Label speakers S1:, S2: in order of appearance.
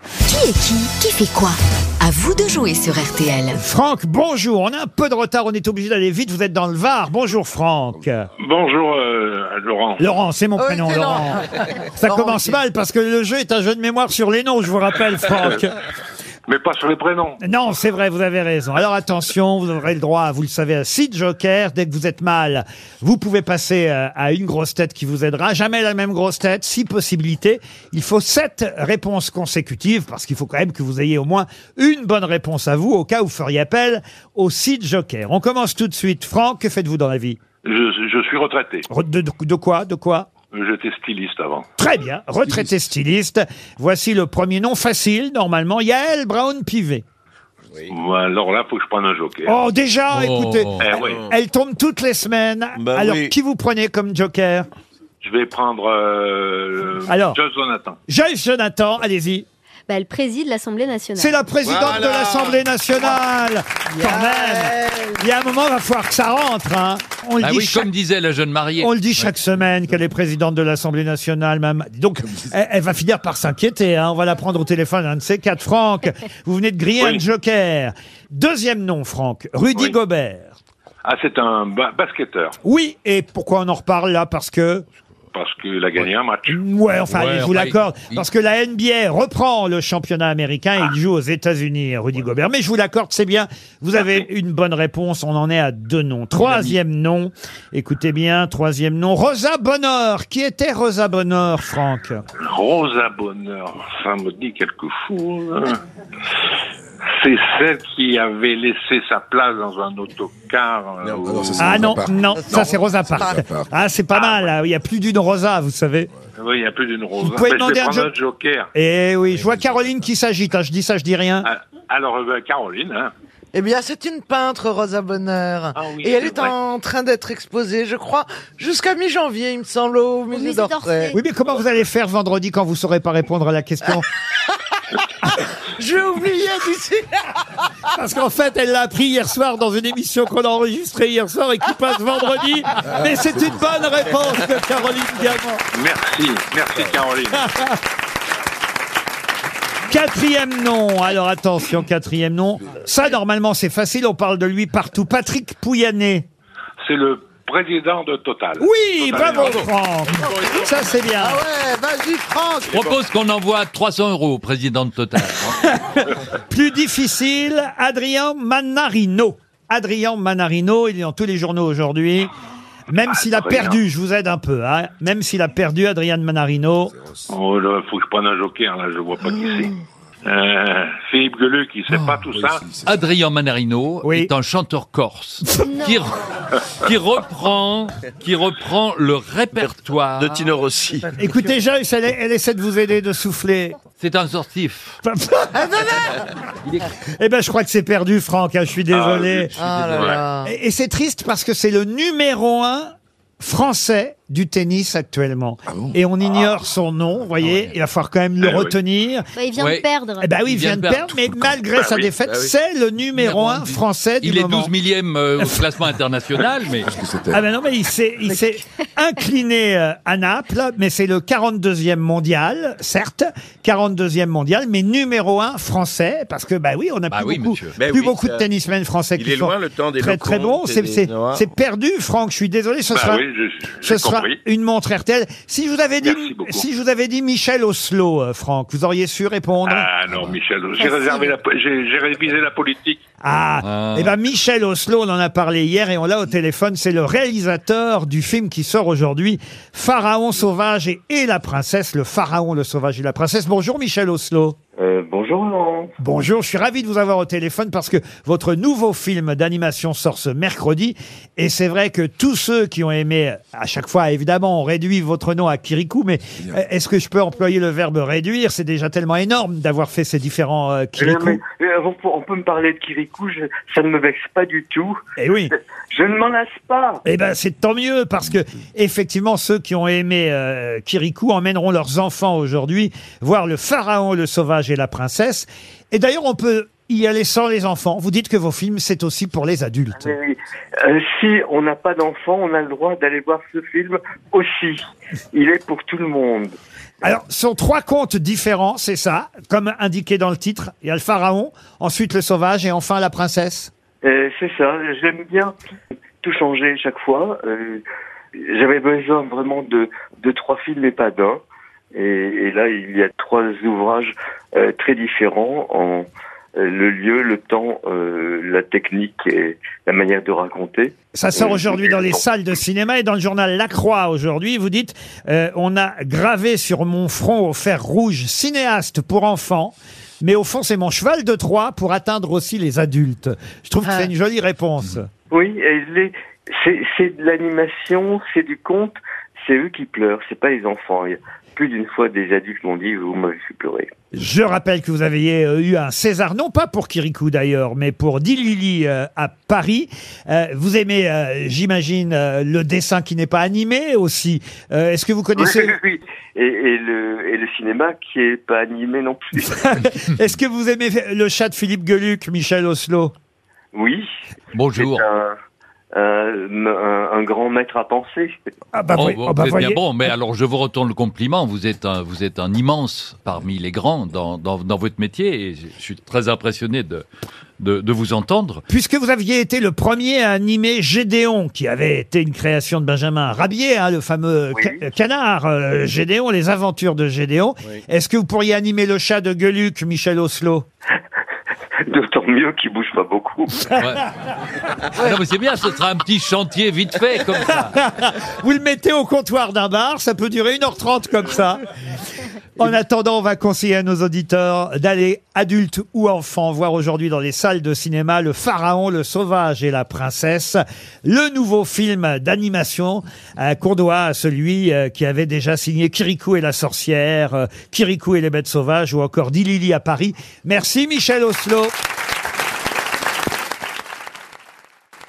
S1: Qui est qui Qui fait quoi À vous de jouer sur RTL.
S2: Franck, bonjour. On a un peu de retard, on est obligé d'aller vite. Vous êtes dans le Var. Bonjour, Franck.
S3: Bonjour euh, Laurent.
S2: Laurent, c'est mon
S4: Oui,
S2: prénom,
S4: c'est
S2: Laurent. Ça commence mal parce que le jeu est un jeu de mémoire sur les noms, je vous rappelle, Franck.
S3: Mais pas sur les prénoms.
S2: Non, c'est vrai, vous avez raison. Alors attention, vous aurez le droit, vous le savez, à six jokers. Dès que vous êtes mal, vous pouvez passer euh, à une grosse tête qui vous aidera. Jamais la même grosse tête, six possibilités. Il faut sept réponses consécutives parce qu'il faut quand même que vous ayez au moins une bonne réponse à vous au cas où vous feriez appel aux six jokers. On commence tout de suite. Franck, que faites-vous dans la vie
S3: Je, je suis retraité.
S2: Re- de- de- de quoi De quoi
S3: J'étais styliste avant.
S2: Très bien, retraité styliste. Voici le premier nom facile, normalement, Yael Brown-Pivet.
S3: Bon, Alors là, faut que je prenne un joker.
S2: Oh, déjà, écoutez,
S3: Eh oui.
S2: elle tombe toutes les semaines.
S5: Bah
S2: Alors,
S5: oui.
S2: qui vous prenez comme joker
S3: Je vais prendre euh,
S2: Alors.
S3: Joss Jonathan.
S2: Joyce Jonathan, allez-y.
S6: Bah, elle préside l'Assemblée nationale.
S2: C'est la présidente de
S5: Voilà.
S2: l'Assemblée nationale. Quand même. Il y a un moment, il va falloir que ça rentre. hein. On, le
S7: Ah
S2: dit
S7: oui,
S2: chaque,
S7: comme disait la jeune mariée.
S2: on le dit chaque semaine qu'elle est présidente de l'Assemblée nationale. Même. Donc, elle, elle va finir par s'inquiéter. hein. On va la prendre au téléphone, un de ces quatre. Franck, vous venez de griller
S3: Oui.
S2: un joker. Deuxième nom, Franck, Rudy
S3: Oui.
S2: Gobert.
S3: Ah, c'est un ba- basketteur.
S2: Oui, et pourquoi on en reparle là Parce que...
S3: Parce qu'il a gagné un match.
S2: Ouais, enfin,
S7: Ouais,
S2: je vous
S7: enfin,
S2: l'accorde.
S7: il-
S2: Parce que la NBA reprend le championnat américain et il joue aux États-Unis, Rudy Gobert. Mais je vous l'accorde, c'est bien. Vous avez une bonne réponse. On en est à deux noms. Troisième nom. Écoutez bien, troisième nom. Rosa Bonheur. Qui était Rosa Bonheur, Franck
S3: Rosa Bonheur. Ça me dit quelque chose. C'est celle qui avait laissé sa place dans un autocar. euh,
S5: Non,
S3: au-
S5: ah non, ça, c'est-
S2: Ah non,
S5: Parks.
S2: non, ça c'est Rosa Parks.
S5: Parks.
S2: Ah, c'est pas mal. hein. Il y a plus d'une Rosa, vous savez.
S3: Oui, il n'y a plus d'une Rosa.
S2: pouvez
S3: Ben, je
S2: demander
S3: vais
S2: un
S3: prendre
S2: jo-
S3: un joker.
S2: Et Eh oui, je vois Caroline qui s'agite. hein. Je dis ça, je dis rien.
S3: Ah, Alors, euh, Caroline, hein.
S4: Eh bien, c'est une peintre, Rosa Bonheur.
S3: Ah oui,
S4: et elle
S3: c'est
S4: est
S3: vrai.
S4: en train d'être exposée, je crois, jusqu'à mi-janvier, il me semble, au musée
S6: musée
S4: d'Orsay.
S6: d'Orsay.
S2: Oui, mais comment vous allez faire vendredi quand vous saurez pas répondre à la question
S4: J'ai oublié d'ici.
S2: Parce qu'en fait, elle l'a appris hier soir dans une émission qu'on a enregistrée hier soir et qui passe vendredi. Mais c'est une bonne réponse de Caroline Diamant.
S3: merci, merci Caroline.
S2: Quatrième nom. Alors attention, quatrième nom. Ça, normalement, c'est facile. On parle de lui partout. Patrick Pouyanné.
S3: C'est le président de Total.
S2: Oui,
S3: Total
S2: bravo,
S3: Énergie.
S2: Franck. Ça, c'est bien.
S4: Ah ouais, vas-y, Franck.
S7: Je propose qu'on envoie 300 euros au président de Total.
S2: Plus difficile, Adrien Manarino. Adrien Manarino, il est dans tous les journaux aujourd'hui. Même s'il a
S3: Adrien.
S2: perdu, je vous aide un peu, hein. même s'il a perdu, Adrien Manarino.
S3: Oh là, faut que je prenne un joker, là, je vois pas
S2: Ah.
S3: qui c'est. Euh, Philippe Gueluc, il sait pas tout ça.
S7: Adrien Manarino
S2: Oui.
S7: est un chanteur corse qui, re- qui reprend, qui reprend le répertoire.
S5: De Tino Rossi.
S2: Écoutez, Joyce, elle, elle essaie de vous aider, de souffler.
S7: C'est un sortif.
S2: eh ben, je crois que c'est perdu, Franck. hein, je suis désolé.
S3: zut.
S4: Ah là là.
S2: et et c'est triste parce que c'est le numéro un français du tennis actuellement. et on ignore son nom, vous voyez. Il va falloir quand même le
S3: Eh oui.
S2: retenir.
S6: Bah, il vient
S7: Ouais.
S6: de perdre.
S2: Eh ben oui, il vient de perdre, mais malgré
S3: Bah
S2: sa
S3: oui,
S2: défaite,
S5: bah oui.
S2: c'est le numéro un français du
S7: Il est
S2: moment.
S7: 12 millième euh, au classement international, mais
S2: Ah ben non, mais il s'est, il s'est incliné euh, à Naples, mais c'est le 42e mondial, certes, 42e mondial, mais numéro un français, parce que bah oui, on a
S7: Bah
S2: plus
S7: oui,
S2: beaucoup,
S7: monsieur.
S2: plus
S5: Ben oui,
S2: beaucoup de
S5: ça-
S2: tennismen français
S5: il
S2: qui
S5: est
S2: sont
S5: loin, le temps des
S2: très très
S5: Lecomte
S2: bons.
S5: et
S2: C'est,
S5: des
S2: c'est-
S5: Noirs.
S2: c'est perdu, Franck. Je suis désolé, ce
S3: Bah
S2: sera.
S3: oui, je-
S2: Ce
S3: j'ai
S2: sera
S3: compris.
S2: une montre RTL. Si je vous avais dit,
S3: Merci beaucoup.
S2: si je vous avais dit Michel Oslo, euh, Franck, vous auriez su répondre.
S3: Ah non, Michel, j'ai réservé la, po- j'ai, j'ai révisé la politique.
S2: Ah, Eh ben Michel Oslo, on en a parlé hier et on l'a au téléphone. C'est le réalisateur du film qui sort aujourd'hui, Pharaon sauvage et, et la princesse, le pharaon, le sauvage et la princesse. Bonjour Michel Oslo.
S8: Euh, bonjour Laurent.
S2: Bonjour, je suis ravi de vous avoir au téléphone parce que votre nouveau film d'animation sort ce mercredi et c'est vrai que tous ceux qui ont aimé, à chaque fois évidemment, on réduit votre nom à Kirikou, mais euh, est-ce que je peux employer le verbe réduire C'est déjà tellement énorme d'avoir fait ces différents euh, Kirikou.
S8: Non, mais, euh, on, peut, on peut me parler de Kirikou, je- ça ne me vexe pas du tout.
S2: Eh oui.
S8: Je ne m'en lasse pas.
S2: Eh ben, c'est tant mieux parce que effectivement, ceux qui ont aimé euh, Kirikou emmèneront leurs enfants aujourd'hui voir le pharaon, le sauvage et la princesse. Et d'ailleurs, on peut y aller sans les enfants. Vous dites que vos films, c'est aussi pour les adultes.
S8: Mais oui, euh, si on n'a pas d'enfant, on a le droit d'aller voir ce film aussi. Il est pour tout le monde.
S2: Alors, ce sont trois contes différents, c'est ça, comme indiqué dans le titre. Il y a le pharaon, ensuite le sauvage et enfin la princesse.
S8: Euh, c'est ça, j'aime bien tout changer chaque fois. Euh, J'avais besoin vraiment de, de trois films et pas d'un. Et, et là, il y a trois ouvrages euh, très différents en euh, le lieu, le temps, euh, la technique et la manière de raconter.
S2: Ça sort
S8: Oui,
S2: aujourd'hui dans les
S8: bon.
S2: salles de cinéma et dans le journal La Croix aujourd'hui. Vous dites, euh, on a gravé sur mon front au fer rouge cinéaste pour enfants, mais au fond c'est mon cheval de Troie pour atteindre aussi les adultes. Je trouve que
S4: Ah.
S2: c'est une jolie réponse.
S8: Oui, et les- c'est c'est de l'animation, c'est du conte, c'est eux qui pleurent, c'est pas les enfants. Il y a plus d'une fois, des adultes m'ont dit, vous m'avez fait pleurer.
S2: Je rappelle que vous aviez euh, eu un César, non pas pour Kirikou d'ailleurs, mais pour Dilili euh, à Paris. Euh, vous aimez, euh, j'imagine, euh, le dessin qui n'est pas animé aussi. Euh, Est-ce que vous
S8: Oui,
S2: connaissez,
S8: oui, oui. Et, et le, et le cinéma qui est pas animé non plus.
S2: est-ce que vous aimez le chat de Philippe Geluc, Michel Oslo
S8: Oui, c'est
S7: Bonjour.
S8: un, un, un- un grand maître à penser.
S2: Ah bah,
S7: Oh,
S2: oui,
S7: vous,
S2: ah bah
S7: vous êtes bien
S2: voyez.
S7: bon, mais alors je vous retourne le compliment. Vous êtes un, vous êtes un immense parmi les grands dans, dans, dans votre métier. Et je je suis très impressionné de, de, de vous entendre.
S2: Puisque vous aviez été le premier à animer Gédéon, qui avait été une création de Benjamin Rabier, hein, le fameux
S8: Oui.
S2: ca- canard euh, Gédéon, les aventures de Gédéon. Est-ce que vous pourriez animer le chat de Geluc, Michel Oslo
S8: D'autant mieux qu'il bouge pas beaucoup.
S7: Ouais. Ah non, mais c'est bien. Ce sera un petit chantier vite fait comme ça.
S2: Vous le mettez au comptoir d'un bar, ça peut durer 1h30 comme ça. En attendant, on va conseiller à nos auditeurs d'aller, adultes ou enfants, voir aujourd'hui dans les salles de cinéma Le Pharaon, le Sauvage et la Princesse, le nouveau film d'animation euh, qu'on doit à celui euh, qui avait déjà signé Kirikou et la sorcière, euh, Kirikou et les bêtes sauvages ou encore Dilili à Paris. Merci Michel Oslo.